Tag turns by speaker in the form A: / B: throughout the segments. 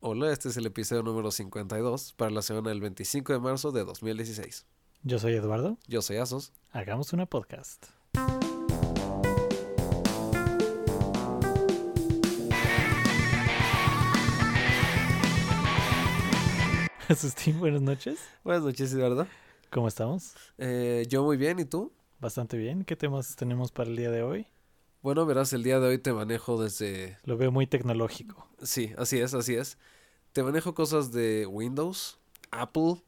A: Hola, este es el episodio número 52 para la semana del 25 de marzo de 2016.
B: Yo soy Eduardo.
A: Yo soy Asos.
B: Hagamos una podcast. Asustín, buenas noches.
A: Buenas noches, Eduardo.
B: ¿Cómo estamos?
A: Eh, yo muy bien, ¿y tú?
B: Bastante bien. ¿Qué temas tenemos para el día de hoy?
A: Bueno, verás, el día de hoy te manejo desde...
B: Lo veo muy tecnológico.
A: Sí, así es, así es. Te manejo cosas de Windows, Apple,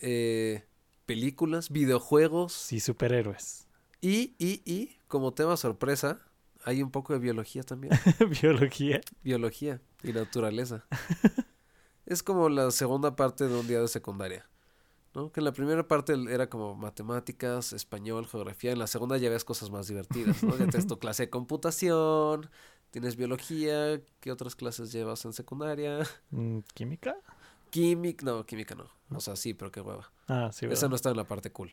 A: eh, películas, videojuegos
B: Sí, superhéroes.
A: y, y, y, como tema sorpresa, hay un poco de biología también.
B: Biología.
A: biología y naturaleza. es como la segunda parte de un día de secundaria. ¿No? Que en la primera parte el- era como matemáticas, español, geografía. En la segunda ya ves cosas más divertidas, ¿no? Ya tienes tu clase de computación, tienes biología, ¿qué otras clases llevas en secundaria?
B: Mm, ¿Química?
A: Química, no, química no. O sea, sí, pero qué hueva.
B: Ah, sí,
A: Esa
B: ¿verdad?
A: no está en la parte cool.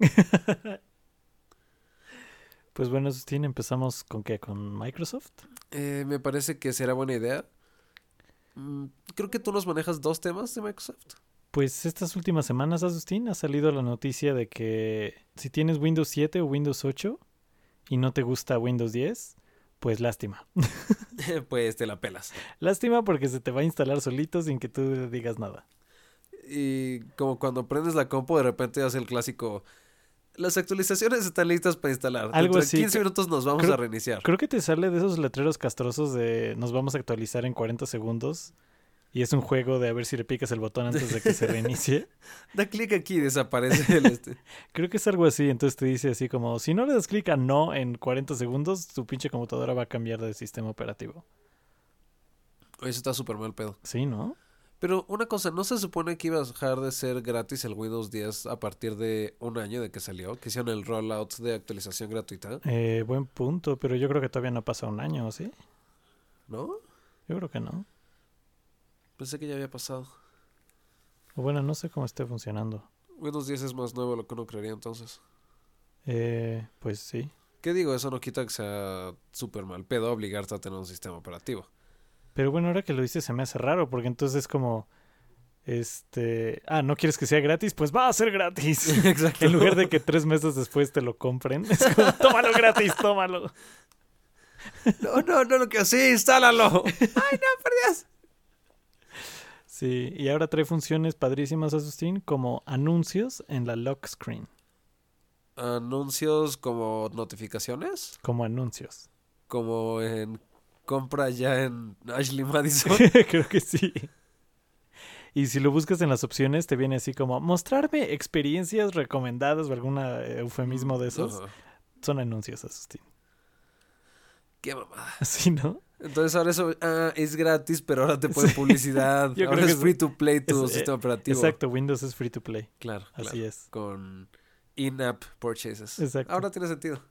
B: Pues bueno, Asustín, empezamos con qué? ¿Con Microsoft?
A: Eh, me parece que será buena idea. Mm, creo que tú nos manejas dos temas de Microsoft.
B: Pues estas últimas semanas, Asustín, ha salido la noticia de que si tienes Windows 7 o Windows 8 y no te gusta Windows 10, pues lástima.
A: pues te la pelas.
B: Lástima porque se te va a instalar solito sin que tú digas nada.
A: Y como cuando prendes la compu, de repente hace el clásico. Las actualizaciones están listas para instalar.
B: Algo
A: Dentro de
B: así,
A: 15
B: creo-
A: minutos nos vamos
B: creo-
A: a reiniciar.
B: Creo que te sale de esos letreros castrosos de nos vamos a actualizar en 40 segundos y es un juego de a ver si le picas el botón antes de que se reinicie.
A: Da clic aquí y desaparece el este.
B: Creo que es algo así, entonces te dice así como si no le das clic a no en 40 segundos, tu pinche computadora va a cambiar de sistema operativo.
A: Oye, Eso está súper mal pedo.
B: Sí, ¿no?
A: Pero una cosa, ¿no se supone que iba a dejar de ser gratis el Windows 10 a partir de un año de que salió? Que hicieron el rollout de actualización gratuita,
B: Eh, buen punto, pero yo creo que todavía no pasa un año, ¿sí?
A: ¿no?
B: Yo creo que no.
A: Pensé que ya había pasado.
B: O bueno, no sé cómo esté funcionando.
A: Windows 10 es más nuevo de lo que uno creería entonces.
B: Eh, pues sí.
A: ¿Qué digo? Eso no quita que sea súper mal pedo obligarte a tener un sistema operativo.
B: Pero bueno, ahora que lo dices se me hace raro, porque entonces es como, este, ah, ¿no quieres que sea gratis? Pues va a ser gratis.
A: Exacto.
B: en lugar de que tres meses después te lo compren, es como, tómalo gratis, tómalo.
A: No, no, no lo que sí, instálalo.
B: Sí, y ahora trae funciones padrísimas, Asustín, como anuncios en la lock screen,
A: Anuncios como notificaciones,
B: como anuncios.
A: como en compra ya en Ashley Madison.
B: Creo que sí. Y si lo buscas en las opciones, te viene así como mostrarme experiencias recomendadas o algún eh, eufemismo de esos.
A: Ajá.
B: Son anuncios, Asustín.
A: Qué mamada.
B: Así, ¿no?
A: Entonces ahora eso ah, es gratis, pero ahora te pone publicidad.
B: Yo
A: ahora
B: creo que
A: es
B: es-
A: free to play tu
B: es, eh,
A: sistema operativo.
B: Exacto, Windows es free to play.
A: Claro, claro.
B: Así es.
A: Con in-app purchases.
B: Exacto.
A: Ahora tiene sentido.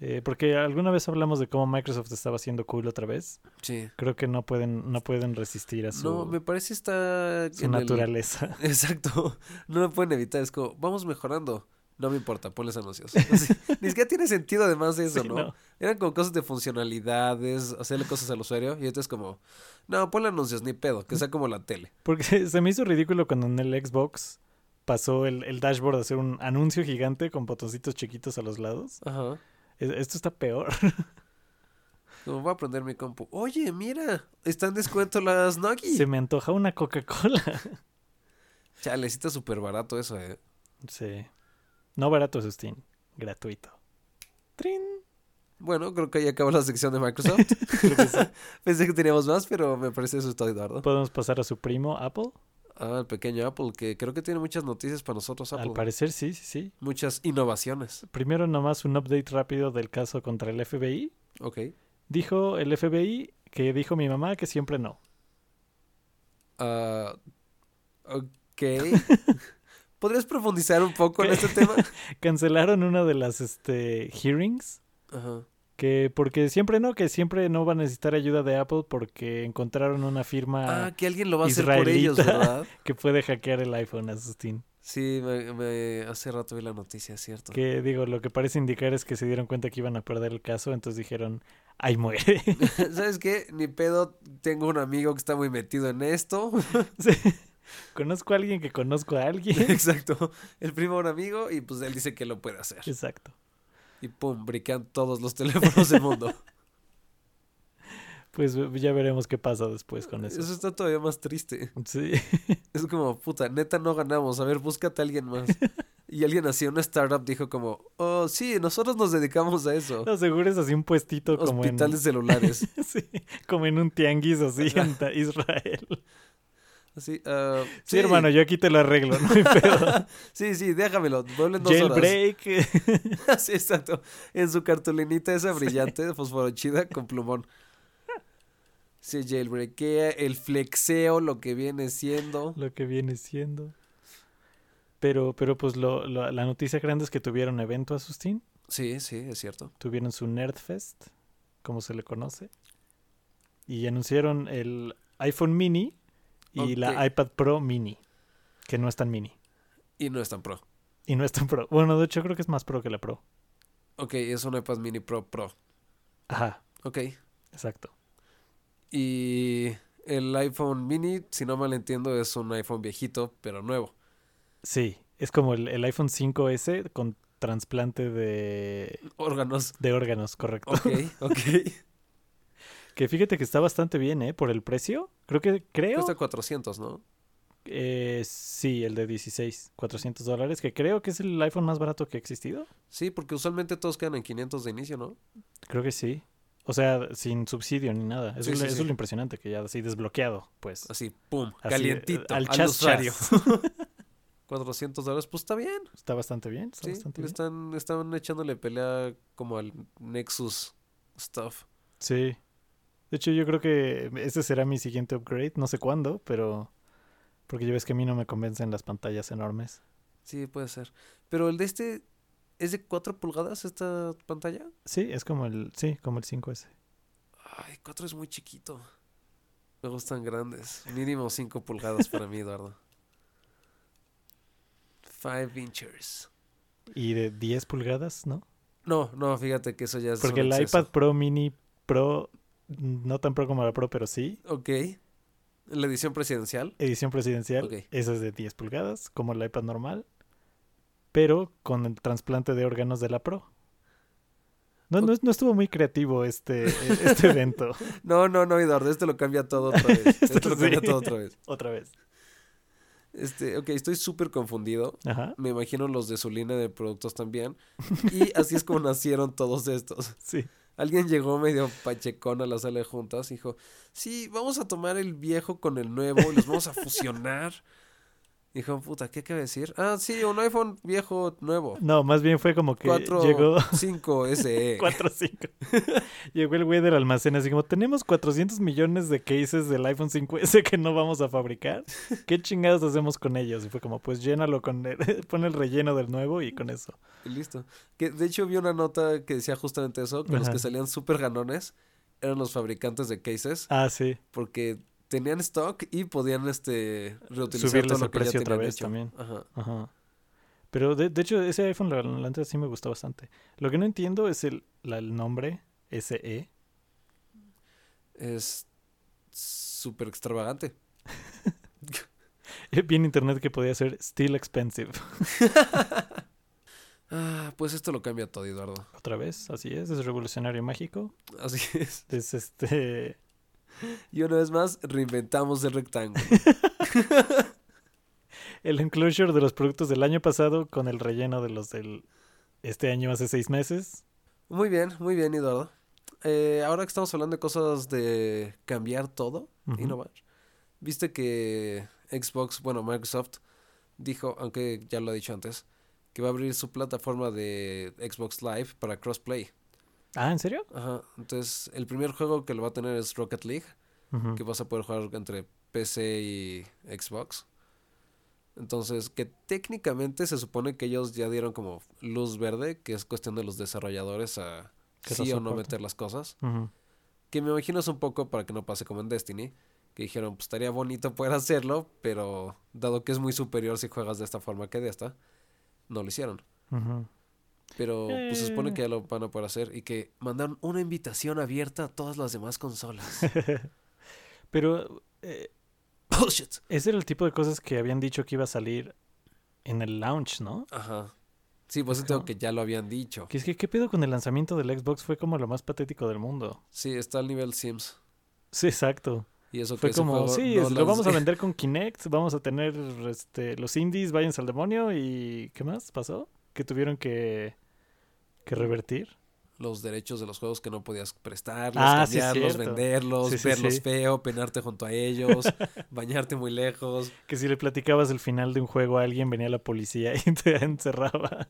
B: Eh, porque alguna vez hablamos de cómo Microsoft estaba haciendo cool otra vez.
A: Sí.
B: Creo que no pueden, no pueden resistir a su,
A: No, me parece está
B: su
A: en el-
B: naturaleza.
A: Exacto. No lo pueden evitar. Es como, vamos mejorando. No me importa, ponles anuncios. Así, Ni siquiera tiene sentido además de eso,
B: Sí,
A: ¿no?
B: no.
A: Eran como cosas de funcionalidades, hacerle cosas al usuario. Y entonces como, no, ponle anuncios, ni pedo, que sea como la tele.
B: Porque se se me hizo ridículo cuando en el Xbox pasó el, el dashboard a ser un anuncio gigante con botoncitos chiquitos a los lados.
A: Ajá.
B: E- Esto está peor.
A: Como voy a prender mi compu. Oye, mira, está en descuento las Nuggies.
B: Se me antoja una Coca-Cola.
A: Chale, sí está súper barato eso, eh.
B: Sí. No barato, Sustín. Gratuito. Trin.
A: Bueno, creo que ahí acabó la sección de Microsoft.
B: Creo que sí.
A: Pensé que teníamos más, pero me parece eso está Eduardo.
B: Podemos pasar a su primo, Apple.
A: Ah, el pequeño Apple, que creo que tiene muchas noticias para nosotros, Apple.
B: Al parecer, sí, sí, sí.
A: Muchas innovaciones.
B: Primero nomás un update rápido del caso contra el FBI.
A: Ok.
B: Dijo el FBI que dijo mi mamá que siempre no.
A: Ah, ok. ¿Podrías profundizar un poco en
B: ¿Qué?
A: este tema?
B: Cancelaron una de las este, hearings
A: Ajá.
B: que porque siempre no, que siempre no va a necesitar ayuda de Apple porque encontraron una firma
A: Ah, que alguien lo va a hacer por
B: israelita.
A: ellos, ¿verdad?
B: que puede hackear el iPhone, Asustín.
A: Sí, me, me- hace rato vi la noticia, ¿cierto?
B: Que digo, lo que parece indicar es que se dieron cuenta que iban a perder el caso, entonces dijeron, ahí muere.
A: ¿Sabes qué? Ni pedo, tengo un amigo que está muy metido en esto.
B: Sí. Conozco a alguien que conozco a alguien.
A: Exacto. El primo de un amigo y pues él dice que lo puede hacer.
B: Exacto.
A: Y pum, briquean todos los teléfonos del mundo.
B: Pues ya veremos qué pasa después con eso.
A: Eso está todavía más triste.
B: Sí,
A: Es como, puta, neta no ganamos. A ver, búscate a alguien más. Y alguien así, una startup, dijo como, oh, sí, nosotros nos dedicamos a eso.
B: no, seguro es así un puestito como en,
A: Hospitales celulares.
B: sí, como en un tianguis así en ta- Israel.
A: Así, ah,
B: Sí, hermano, yo aquí te lo arreglo, no hay pedo.
A: Sí, sí, déjamelo. Doble en dos horas.
B: Jailbreak.
A: Sí, exacto. En su cartulinita esa brillante de fosforochida con plumón. Se jailbreakea, el flexeo, lo que viene siendo.
B: lo que viene siendo. Pero, pero pues lo- lo- la noticia grande es que tuvieron evento, Asustín.
A: Sí, sí, es cierto.
B: Tuvieron su Nerdfest, como se le conoce. Y anunciaron el iPhone mini y la
A: Ok.
B: iPad Pro mini, que no es tan mini.
A: Y no es tan pro.
B: Y no es tan pro. Bueno, de hecho creo que es más pro que la pro.
A: Ok, es un iPad mini pro pro.
B: Ajá,
A: Ok.
B: exacto.
A: Y el iPhone mini, si no mal entiendo, es un iPhone viejito, pero nuevo.
B: Sí, es como el, el iPhone 5S con trasplante de,
A: Órganos.
B: de órganos, correcto.
A: Ok, ok.
B: Que fíjate que está bastante bien, ¿eh? Por el precio. Creo que, creo,
A: Cuesta 400, ¿no?
B: eh, sí, el de 16, 400 dólares, que creo que es el iPhone más barato que ha existido.
A: Sí, porque usualmente todos quedan en 500 de inicio, ¿no?
B: Creo que sí. O sea, sin subsidio ni nada. Eso,
A: Sí,
B: es,
A: sí,
B: lo- eso
A: sí.
B: es lo impresionante, que ya así desbloqueado, pues.
A: Así, pum,
B: Así,
A: calientito,
B: eh,
A: al,
B: chas,
A: usuario.
B: chas.
A: 400 dólares, pues está bien.
B: Está bastante bien, está
A: Sí,
B: bastante
A: le
B: bien.
A: están, están echándole pelea como al Nexus stuff.
B: Sí. De hecho, yo creo que ese será mi siguiente upgrade. No sé cuándo, pero. Porque ya ves que a mí no me convencen las pantallas enormes.
A: Sí, puede ser. Pero el de este, ¿es de 4 pulgadas esta pantalla?
B: Sí, es como el. Sí, como el 5S.
A: Ay, 4 es muy chiquito. Me gustan grandes. Mínimo 5 pulgadas para mí, Eduardo. 5 inches.
B: Y de 10 pulgadas, ¿no?
A: No, no, fíjate que eso ya es
B: Porque
A: un
B: el
A: exceso.
B: iPad Pro Mini Pro, no tan pro como la Pro, pero sí,
A: Ok. La edición presidencial.
B: edición presidencial,
A: Ok.
B: esa es de 10 pulgadas, como el iPad normal, pero con el trasplante de órganos de la Pro. No, no, no estuvo muy creativo este, este evento,
A: No, no, no, Eduardo, esto lo cambia todo otra vez. Esto lo
B: Sí.
A: cambia todo otra vez.
B: otra vez.
A: Este, ok, estoy súper confundido.
B: Ajá,
A: Me imagino los de su línea de productos también. Y así es como nacieron todos estos.
B: sí.
A: Alguien llegó medio pachecón a la sala de juntas y dijo, sí, vamos a tomar el viejo con el nuevo y los vamos a fusionar. Dijo, puta, ¿qué cabe decir? Ah, sí, un iPhone viejo nuevo.
B: No, más bien fue como que llegó
A: 4.5 SE.
B: 4 5. llegó el güey del almacén así como, tenemos 400 millones de cases del iPhone 5S que no vamos a fabricar. ¿Qué chingados hacemos con ellos? Y fue como, pues llénalo con, el- pon el relleno del nuevo y con eso.
A: Y listo. Que de hecho vi una nota que decía justamente eso, que los
B: Ajá.
A: que salían súper ganones eran los fabricantes de cases,
B: Ah, sí.
A: porque tenían stock y podían este reutilizar
B: Subirles
A: todo lo
B: el
A: que
B: precio
A: ya
B: otra
A: tenían
B: vez
A: hecho.
B: también.
A: Ajá.
B: Ajá. Pero de, de hecho, ese iPhone, la la neta, sí me gustó bastante. Lo que no entiendo es el, la- el nombre E. SE.
A: Es súper extravagante.
B: Vi en internet que podía ser Still Expensive.
A: Ah, pues esto lo cambia todo, Eduardo.
B: Otra vez, así es, es revolucionario mágico.
A: Así es.
B: Es este.
A: Y una vez más, reinventamos el rectángulo.
B: El enclosure de los productos del año pasado con el relleno de los del este año hace seis meses.
A: muy bien, muy bien, Eduardo. Eh, ahora que estamos hablando de cosas de cambiar todo,
B: Ujú.
A: innovar, viste que Xbox, bueno, Microsoft dijo, aunque ya lo ha dicho antes, que va a abrir su plataforma de Xbox Live para crossplay.
B: Ah, ¿en serio?
A: Ajá. Entonces, el primer juego que lo va a tener es Rocket League.
B: Ujú.
A: que vas a poder jugar entre PC y Xbox. Entonces, que técnicamente se supone que ellos ya dieron como luz verde, que es cuestión de los desarrolladores a
B: Que
A: sí
B: lo
A: o no
B: soporten.
A: meter las cosas.
B: Ujú.
A: Que me imagino es un poco para que no pase como en Destiny, que dijeron, pues estaría bonito poder hacerlo, pero dado que es muy superior si juegas de esta forma que de esta, no lo hicieron.
B: Ujú.
A: Pero pues se supone
B: Eh.
A: que ya lo van a poder hacer y que mandaron una invitación abierta a todas las demás consolas.
B: Pero, eh,
A: Bullshit.
B: ese era el tipo de cosas que habían dicho que iba a salir en el launch, ¿no?
A: Ajá. Sí, pues tengo
B: Ajá.
A: que ya lo habían dicho.
B: Que es que, ¿qué pedo con el lanzamiento del Xbox? Fue como lo más patético del mundo.
A: Sí, está al nivel Sims.
B: Sí, exacto.
A: Y eso
B: Fue
A: que ese
B: como,
A: juego
B: sí,
A: no
B: es- lo
A: lanz-
B: vamos a vender con Kinect, vamos a tener este, los indies, váyanse al demonio y ¿qué más pasó? Que tuvieron que, que revertir.
A: los derechos de los juegos que no podías prestarlos,
B: Ah, sí,
A: cambiarlos,
B: cierto.
A: venderlos,
B: Sí, sí,
A: verlos
B: sí.
A: feo, penarte junto a ellos, bañarte muy lejos.
B: Que si le platicabas el final de un juego a alguien, venía la policía y te encerraba.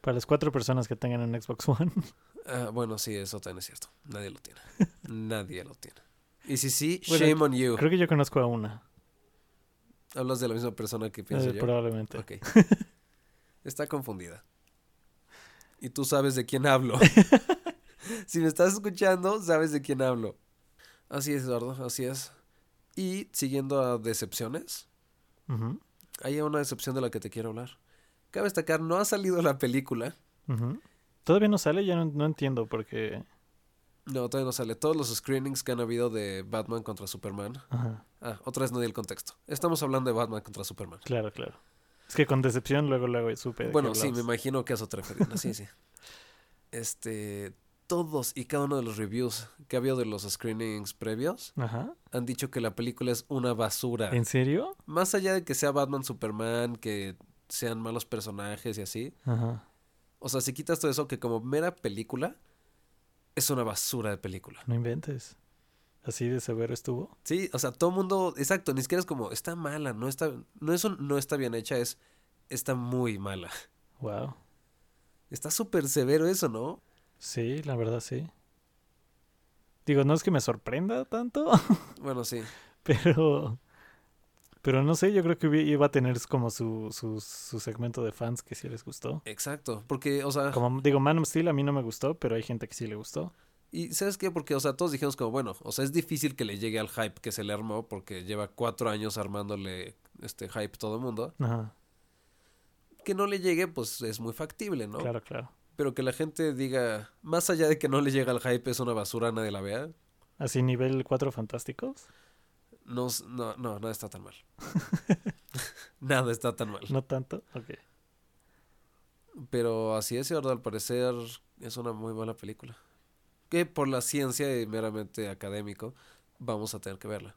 B: Para las cuatro personas que tengan un Xbox One.
A: Ah, bueno, sí, eso también es cierto. Nadie lo tiene. Nadie lo tiene. Y si sí,
B: Bueno,
A: shame on you.
B: Creo que yo conozco a una,
A: Hablas de la misma persona que
B: eh,
A: pienso yo.
B: probablemente.
A: Ok. Este. Está confundida. Y tú sabes de quién hablo. si me estás escuchando, sabes de quién hablo. Así es, Eduardo, así es. Y siguiendo a decepciones,
B: Ujú,
A: hay una decepción de la que te quiero hablar. Cabe destacar, no ha salido la película.
B: ujú. Todavía no sale, ya no, no entiendo porque...
A: No, todavía no sale. Todos los screenings que han habido de Batman contra Superman.
B: Ajá,
A: Ah, otra vez no di el contexto. Estamos hablando de Batman contra Superman.
B: claro, claro. Es que con decepción luego, luego supe. de qué
A: Bueno, sí,
B: hablabas.
A: me imagino que a eso te referías, ¿no? Sí, sí. Este, todos y cada uno de los reviews que ha habido de los screenings previos
B: Ajá.
A: han dicho que la película es una basura.
B: ¿En serio?
A: Más allá de que sea Batman, Superman, que sean malos personajes y así.
B: Ajá.
A: O sea, si quitas todo eso, que como mera película, es una basura de película.
B: No inventes. Así de severo estuvo.
A: Sí, o sea, todo mundo, exacto, ni siquiera es como, está mala, no está, no es un- no está bien hecha, es, está muy mala.
B: Wow.
A: Está súper severo eso, ¿no?
B: Sí, la verdad sí. Digo, no es que me sorprenda tanto,
A: Bueno, sí.
B: pero. Pero no sé, yo creo que hubi- iba a tener como su, su, su segmento de fans que sí les gustó.
A: Exacto, porque, o sea,
B: Como digo, Man of Steel a mí no me gustó, pero hay gente que sí le gustó.
A: y ¿sabes qué? Porque, o sea, todos dijimos como, bueno, o sea, es difícil que le llegue al hype que se le armó porque lleva cuatro años armándole este hype todo el mundo.
B: Ajá,
A: Que no le llegue, pues es muy factible, ¿no?
B: claro, claro.
A: Pero que la gente diga, más allá de que no le llega al hype, es una basura, nadie la vea.
B: Así nivel cuatro fantásticos.
A: No, s- no, no, nada está tan mal. nada está tan mal.
B: No tanto. Ok.
A: Pero así es, Eduardo, al parecer es una muy mala película. Que por la ciencia y meramente académico, vamos a tener que verla.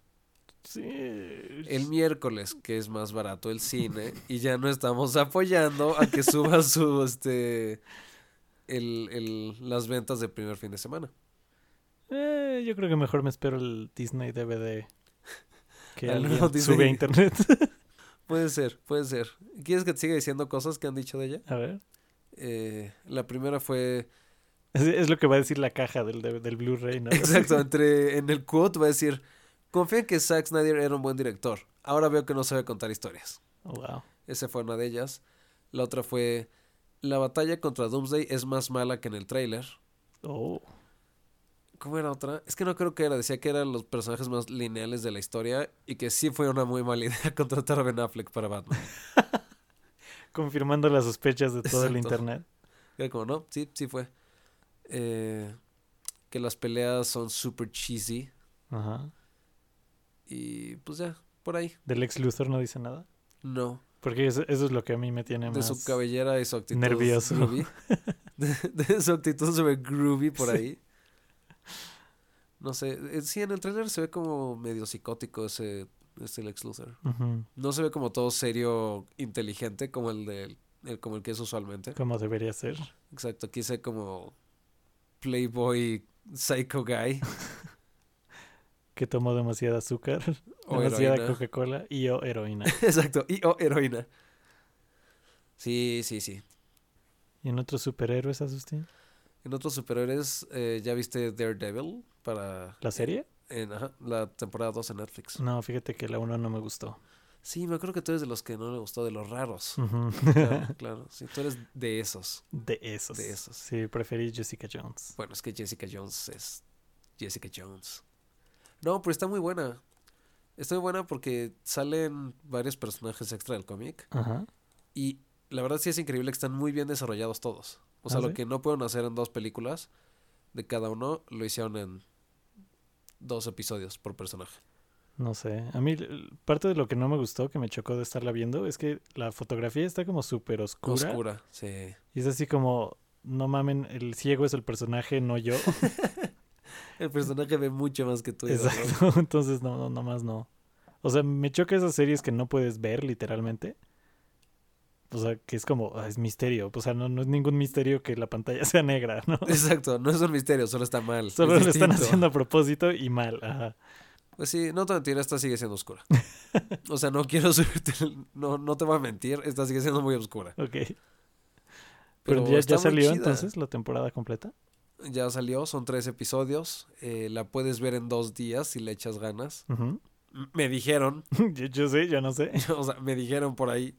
B: Sí.
A: el miércoles, que es más barato el cine, y ya no estamos apoyando a que suba su, este, el, el- las ventas del primer fin de semana.
B: Eh, yo creo que mejor me espero el Disney DVD que
A: El
B: alguien
A: nuevo
B: sube a
A: Disney.
B: internet.
A: Puede ser, puede ser. ¿Quieres que te siga diciendo cosas que han dicho de ella?
B: A ver.
A: Eh, la primera fue,
B: Es, es lo que va a decir la caja del, del, del Blu-ray, ¿no?
A: exacto, entre, en el quote va a decir, confía en que Zack Snyder era un buen director, ahora veo que no sabe contar historias.
B: Wow.
A: Esa fue una de ellas. La otra fue, la batalla contra Doomsday es más mala que en el tráiler.
B: Oh.
A: ¿Cómo era otra? Es que no creo que era. Decía que eran los personajes más lineales de la historia y que sí fue una muy mala idea contratar a Ben Affleck para Batman.
B: Confirmando las sospechas de todo el
A: Exacto.
B: internet.
A: Era como, no, sí, sí fue. Eh, que las peleas son super cheesy
B: Ajá.
A: y pues ya, por ahí.
B: Del ex Luthor no dice nada.
A: No.
B: Porque eso, eso es lo que a mí me tiene
A: De
B: más.
A: su cabellera y su actitud.
B: nervioso.
A: Groovy. De, de su actitud se ve groovy por ahí. No sé. eh, Sí, en el trailer se ve como medio psicótico ese, ese Lex Luthor.
B: Ujú,
A: No se ve como todo serio, inteligente, como el del el- como el que es usualmente.
B: Como debería ser.
A: Exacto, aquí se ve como Playboy Psycho Guy
B: Que tomó demasiada azúcar,
A: o
B: demasiada
A: heroína.
B: Coca-Cola y o heroína.
A: Exacto, y o heroína. Sí, sí, sí.
B: ¿Y en otros superhéroes, Asustín?
A: En otros superhéroes, eh, ¿ya viste Daredevil? Para
B: ¿La serie? Mm.
A: en, ajá, la temporada 2 en Netflix.
B: No, fíjate que la uno no me gustó.
A: Sí, me acuerdo que tú eres de los que no le gustó, de los raros.
B: Ujú.
A: Claro, claro. Sí, tú eres de esos.
B: De esos.
A: De esos.
B: Sí, preferí Jessica Jones.
A: Bueno, es que Jessica Jones es Jessica Jones. No, pero está muy buena. Está muy buena porque salen varios personajes extra del cómic.
B: Ajá.
A: Y la verdad sí es increíble que están muy bien desarrollados todos. O sea,
B: ¿Ah,
A: lo
B: sí?
A: que no pueden hacer en dos películas de cada uno, lo hicieron en dos episodios por personaje.
B: No sé. A mí l- parte de lo que no me gustó, que me chocó de estarla viendo, es que la fotografía está como súper oscura.
A: Oscura, sí.
B: Y es así como, no mamen, el ciego es el personaje, no yo.
A: El personaje ve mucho más que tú. Eduardo.
B: Exacto. Entonces, no, no, nomás no. O sea, me choca esas series que no puedes ver literalmente. O sea, que es como, ah, es misterio. O sea, no, no es ningún misterio que la pantalla sea negra, ¿no?
A: Exacto, no es un misterio, solo está mal.
B: Solo
A: es
B: lo están
A: distinto.
B: haciendo a propósito y mal. Ajá.
A: Pues sí, no te mentiré, esta sigue siendo oscura. O sea, no quiero subirte, el- no, no te voy a mentir, esta sigue siendo muy oscura.
B: Ok. Pero,
A: Pero,
B: ya, ya
A: está muy
B: salió
A: chida.
B: entonces la temporada completa.
A: Ya salió, son tres episodios, eh, la puedes ver en dos días si le echas ganas.
B: Ujú.
A: M- Me dijeron,
B: yo, yo sé, yo no sé.
A: o sea, me dijeron por ahí.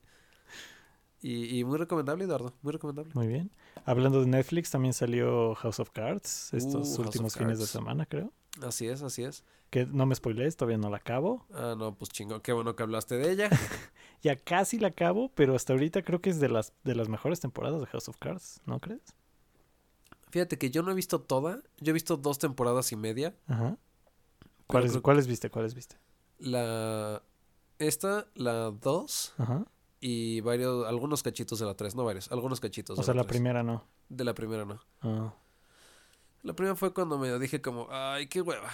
A: Y, y muy recomendable, Eduardo, muy recomendable.
B: Muy bien. Hablando de Netflix, también salió House of Cards
A: Uh,
B: estos
A: House of
B: últimos fines de
A: Cards.
B: semana, creo.
A: Así es, así es.
B: Que no me spoilees, todavía no la acabo.
A: Ah, no, pues chingón, qué bueno que hablaste de ella.
B: Ya casi la acabo, pero hasta ahorita creo que es de las, de las mejores temporadas de House of Cards, ¿no crees?
A: Fíjate que yo no he visto toda, yo he visto dos temporadas y media.
B: Ajá. ¿Cuáles,
A: creo-
B: ¿cuáles viste? ¿Cuáles viste?
A: La... Esta, la dos
B: Ajá.
A: y varios, algunos cachitos de la tres, no varios, algunos cachitos.
B: O
A: de
B: sea, la
A: tres.
B: primera no.
A: De la primera no.
B: Ah.
A: La primera fue cuando me dije como, ay, qué hueva.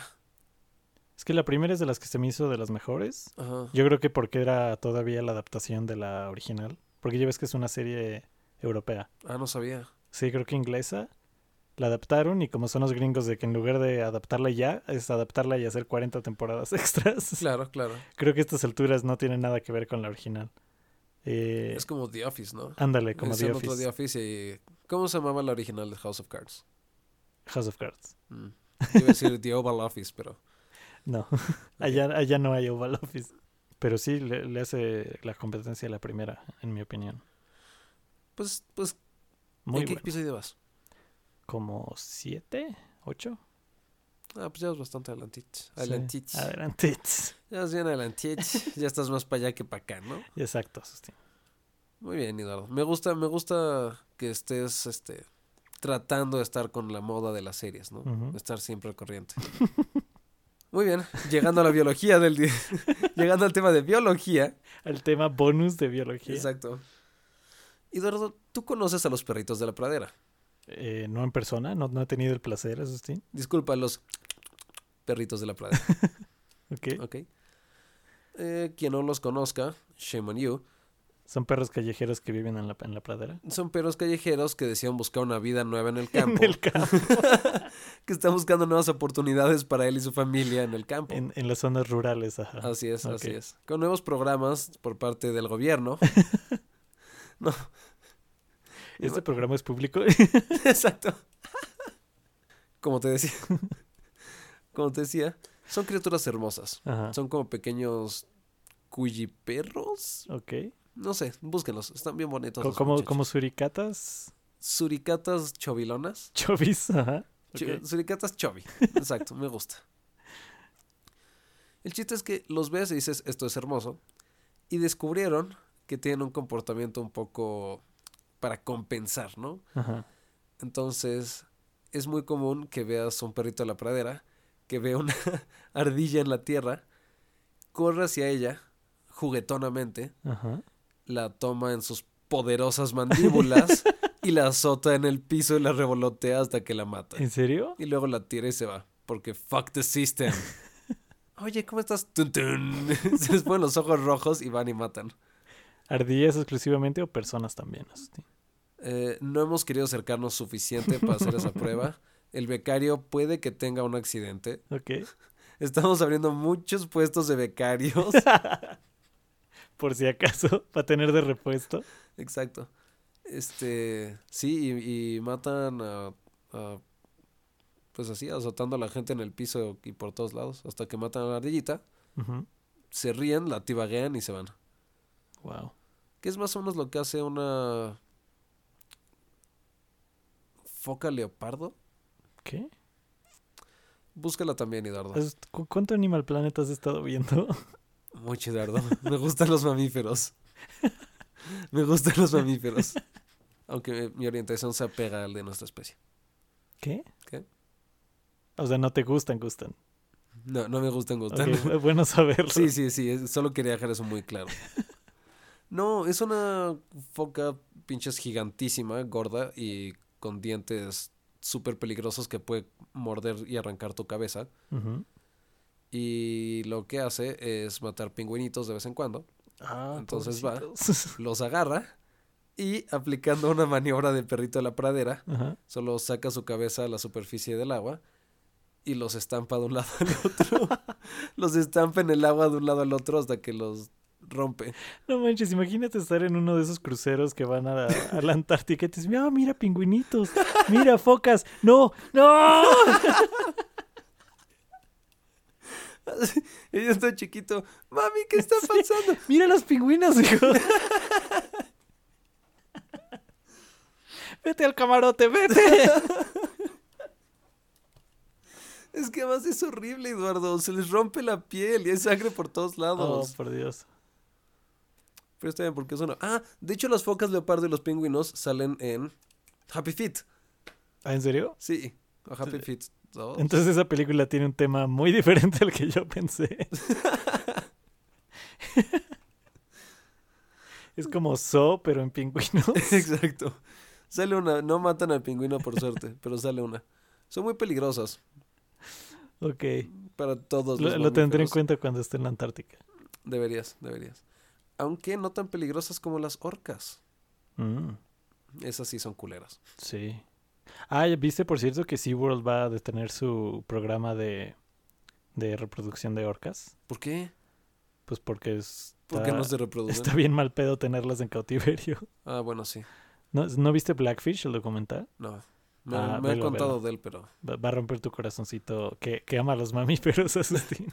B: Es que la primera es de las que se me hizo de las mejores.
A: Ajá.
B: Yo creo que porque era todavía la adaptación de la original. Porque ya ves que es una serie europea.
A: Ah, no sabía.
B: Sí, creo que inglesa. La adaptaron y como son los gringos de que en lugar de adaptarla ya, es adaptarla y hacer 40 temporadas extras.
A: Claro, claro.
B: Creo que estas alturas no tienen nada que ver con la original. Eh,
A: Es como The Office, ¿no?
B: ándale, como
A: es
B: The
A: el
B: Office.
A: otro The Office y... ¿Cómo se llamaba la original de House of Cards?
B: House of Cards.
A: Mm. Iba a decir The Oval Office, pero...
B: No, allá, allá no hay Oval Office. Pero sí le, le hace la competencia a la primera, en mi opinión.
A: Pues, pues,
B: Muy
A: ¿en qué
B: bueno.
A: episodio vas?
B: Como siete, ocho.
A: Ah, pues ya vas bastante adelantich.
B: Sí,
A: Adelantich.
B: Adelante.
A: Ya vas bien adelantich. ya estás más para allá que para acá, ¿no?
B: Exacto, Sustín.
A: Muy bien, Eduardo. Me gusta, me gusta que estés, este... Tratando de estar con la moda de las series, ¿no?
B: Ujú.
A: Estar siempre al corriente. Muy bien, llegando a la biología del día. llegando al tema de biología.
B: El tema bonus de biología.
A: Exacto. Eduardo, tú conoces a los perritos de la pradera.
B: Eh, no en persona, no, no he tenido el placer, Asustín.
A: Disculpa, los perritos de la pradera,
B: Ok.
A: ¿ok? Eh, quien no los conozca, shame on you,
B: Son perros callejeros que viven en la, en la pradera.
A: son perros callejeros que desean buscar una vida nueva en el campo,
B: En el campo.
A: que están buscando nuevas oportunidades para él y su familia en el campo.
B: En, en las zonas rurales, ajá.
A: Así es, así
B: ok.
A: es. Con nuevos programas por parte del gobierno. no,
B: Este programa es público.
A: Exacto. Como te decía. Como te decía, son criaturas hermosas.
B: Ajá.
A: Son como pequeños cuyiperros.
B: Ok.
A: No sé, búsquenlos. Están bien bonitos.
B: Co-
A: los
B: Como,
A: muchachos.
B: como suricatas.
A: Suricatas chovilonas.
B: Chovis, ajá.
A: Cho-
B: Ok.
A: Suricatas chovi. Exacto, me gusta. El chiste es que los ves y dices, esto es hermoso. Y descubrieron que tienen un comportamiento un poco para compensar, ¿no?
B: Ajá.
A: Entonces, es muy común que veas un perrito de la pradera que ve una ardilla en la tierra, corre hacia ella juguetonamente,
B: Ajá.
A: la toma en sus poderosas mandíbulas y la azota en el piso y la revolotea hasta que la mata.
B: ¿En serio?
A: Y luego la tira y se va, porque fuck the system. Oye, ¿cómo estás? Tun, tun. Se les ponen los ojos rojos y van y matan.
B: ¿Ardillas exclusivamente o personas también? Asustín?
A: Eh, no hemos querido acercarnos suficiente para hacer esa prueba. El becario puede que tenga un accidente.
B: Ok.
A: Estamos abriendo muchos puestos de becarios.
B: Por si acaso, para tener de repuesto.
A: Exacto. Este, sí, y, y matan a, a- pues así, azotando a la gente en el piso y por todos lados, hasta que matan a la ardillita,
B: Ujú.
A: se ríen, la tibaguean y se van.
B: Wow.
A: Que es más o menos lo que hace una foca leopardo.
B: ¿Qué?
A: Búscala también, Eduardo.
B: Es- ¿cu- ¿Cuánto Animal Planet has estado viendo?
A: Mucho, Eduardo. Me gustan los mamíferos. Me gustan los mamíferos. Aunque mi orientación se apega al de nuestra especie.
B: ¿Qué?
A: ¿Qué?
B: O sea, no te gustan, gustan.
A: No, no me gustan,
B: Ok,
A: gustan.
B: bu- bueno saberlo.
A: Sí, sí, sí, es- solo quería dejar eso muy claro. No, es una foca pinches gigantísima, gorda y con dientes súper peligrosos que puede morder y arrancar tu cabeza.
B: Ujú.
A: Y lo que hace es matar pingüinitos de vez en cuando.
B: Ah,
A: Entonces va.
B: pobrecitos.
A: Los agarra y aplicando una maniobra de perrito de la pradera,
B: Ajá.
A: solo saca su cabeza a la superficie del agua y los estampa de un lado al otro. los estampa en el agua de un lado al otro hasta que los rompe.
B: No manches, imagínate estar en uno de esos cruceros que van a la, a la Antártica y te dicen, "Ah, mira pingüinitos, mira focas, no, no.
A: Ella está chiquito. Mami, ¿qué está pasando?
B: Mira las pingüinas, hijo. vete al camarote, vete.
A: Es que además es horrible, Eduardo. Se les rompe la piel y hay sangre por todos
B: Oh,
A: lados.
B: por Dios.
A: Pero está bien, porque es una. Ah, de hecho, las focas leopardo y los pingüinos salen en Happy Feet.
B: ¿Ah, ¿En serio?
A: Sí, o Happy Feet. dos.
B: Entonces esa película tiene un tema muy diferente al que yo pensé. es como Zoo, pero en pingüinos.
A: Exacto. Sale una. No matan al pingüino, por suerte, pero sale una. Son muy peligrosas
B: Ok.
A: para todos.
B: Lo,
A: los
B: lo tendré en
A: mamíferos.
B: cuenta cuando esté en la Antártica.
A: Deberías, deberías. Aunque no tan peligrosas como las orcas.
B: Mm,
A: Esas sí son culeras.
B: sí. Ah, ¿ya ¿viste por cierto que SeaWorld va a detener su programa de, de reproducción de orcas?
A: ¿Por qué?
B: Pues porque es- está,
A: Porque no se reproducen.
B: está bien mal pedo tenerlas en cautiverio.
A: Ah, bueno, sí.
B: ¿No, no viste Blackfish, el documental?
A: No. Me,
B: Ah,
A: me han
B: velo,
A: contado
B: velo.
A: de él, pero.
B: Va, va a romper tu corazoncito que, que ama a los mamíferos, Asustín.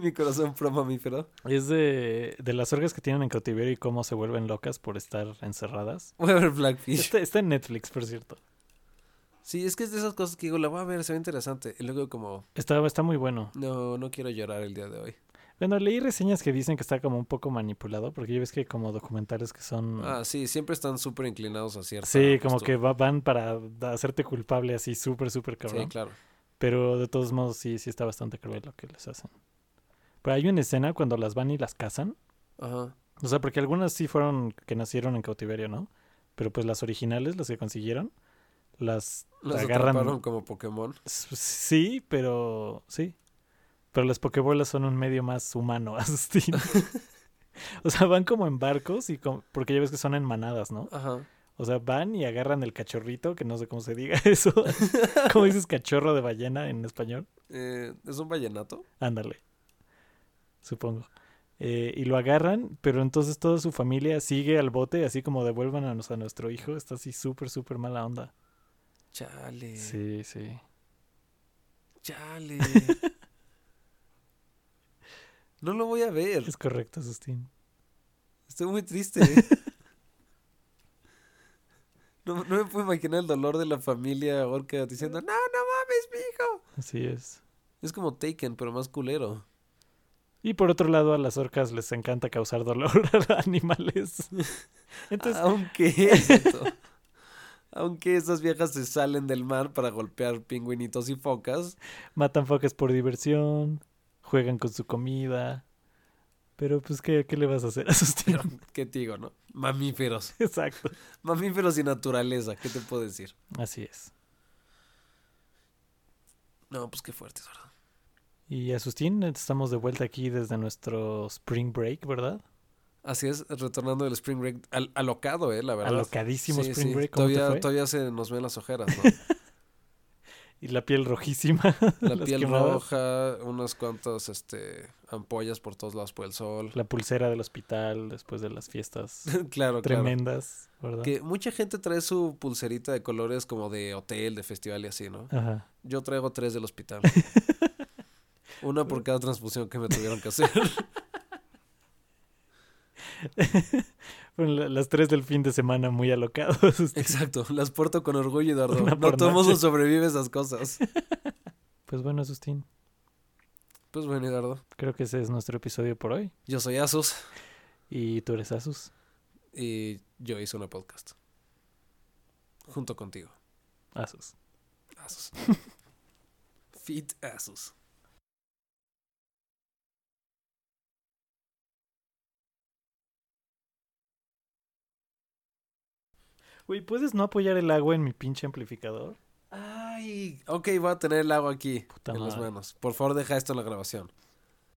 A: Mi corazón pro mamífero.
B: es de, de las orcas que tienen en cautiverio y cómo se vuelven locas por estar encerradas.
A: Voy a ver Blackfish.
B: Está, está en Netflix, por cierto.
A: Sí, es que es de esas cosas que digo, la voy a ver, se ve interesante. Y luego, como,
B: Está, está muy bueno.
A: no, no quiero llorar el día de hoy.
B: Bueno, leí reseñas que dicen que está como un poco manipulado, porque ya ves que hay como documentales que son...
A: Ah, sí, siempre están súper inclinados a cierta.
B: Mm. sí, como que
A: postura.
B: va- van para da- hacerte culpable así súper, súper cabrón.
A: Sí, claro.
B: Pero de todos modos sí, sí está bastante cruel lo que les hacen. Pero hay una escena cuando las van y las cazan.
A: Ajá.
B: O sea, porque algunas sí fueron que nacieron en cautiverio, ¿no? Pero pues las originales, las que consiguieron, las
A: Los
B: agarran...
A: atraparon como Pokémon.
B: S- Sí, pero sí. Pero las pokebolas son un medio más humano, Asustín. o sea, van como en barcos y com- porque ya ves que son en manadas, ¿no?
A: Ajá.
B: O sea, van y agarran el cachorrito, que no sé cómo se diga eso. ¿Cómo dices cachorro de ballena en español?
A: Eh, ¿Es un vallenato?
B: Ándale. Supongo. Eh, y lo agarran, pero entonces toda su familia sigue al bote, así como devuelvan a, nos- a nuestro hijo. Está así súper, súper mala onda.
A: Chale.
B: Sí, sí.
A: Chale. no lo voy a ver.
B: Es correcto, Asustín.
A: Estoy muy triste. No, no me puedo imaginar el dolor de la familia orca diciendo, no, no mames, mi hijo.
B: Así es.
A: Es como Taken, pero más culero.
B: Y por otro lado, a las orcas les encanta causar dolor a los animales. Entonces,
A: Aunque, exacto. aunque esas viejas se salen del mar para golpear pingüinitos y focas,
B: matan focas por diversión, juegan con su comida. Pero pues, ¿qué, qué le vas a hacer a sus
A: pero
B: tíos?
A: ¿qué te digo, no? Mamíferos.
B: Exacto.
A: Mamíferos y naturaleza, ¿qué te puedo decir?
B: Así es.
A: No, pues qué fuerte, es verdad.
B: Y Asustín, estamos de vuelta aquí desde nuestro Spring Break, ¿verdad?
A: Así es, retornando del Spring Break, al- alocado, eh, la verdad.
B: Alocadísimo
A: Sí,
B: Spring
A: sí,
B: Break, ¿cómo te
A: Todavía,
B: fue?
A: todavía se nos ven las ojeras, ¿no?
B: Y la piel rojísima.
A: La
B: las
A: piel
B: quemadas,
A: roja, unas cuantas este, ampollas por todos lados por el sol.
B: La pulsera del hospital después de las fiestas
A: claro, claro.
B: tremendas, ¿verdad?
A: Que mucha gente trae su pulserita de colores como de hotel, de festival y así, ¿no?
B: Ajá.
A: Yo traigo tres del hospital. Una por cada transfusión que me tuvieron que hacer.
B: Fueron la- las tres del fin de semana muy alocados.
A: Exacto, las porto con orgullo, Eduardo.
B: Una
A: No
B: por
A: todo mundo
B: noche.
A: sobrevive a esas cosas.
B: Pues bueno, Asustín,
A: Pues bueno, Eduardo.
B: creo que ese es nuestro episodio por hoy.
A: Yo soy Asus
B: Y tú eres Asus.
A: y yo hice una podcast. Junto contigo.
B: Asus.
A: Asus. Feed Asus.
B: Güey, ¿puedes no apoyar el agua en mi pinche amplificador?
A: Ay, ok, voy a tener el agua aquí
B: Puta
A: en las
B: madre.
A: manos. Por favor, deja esto en la grabación.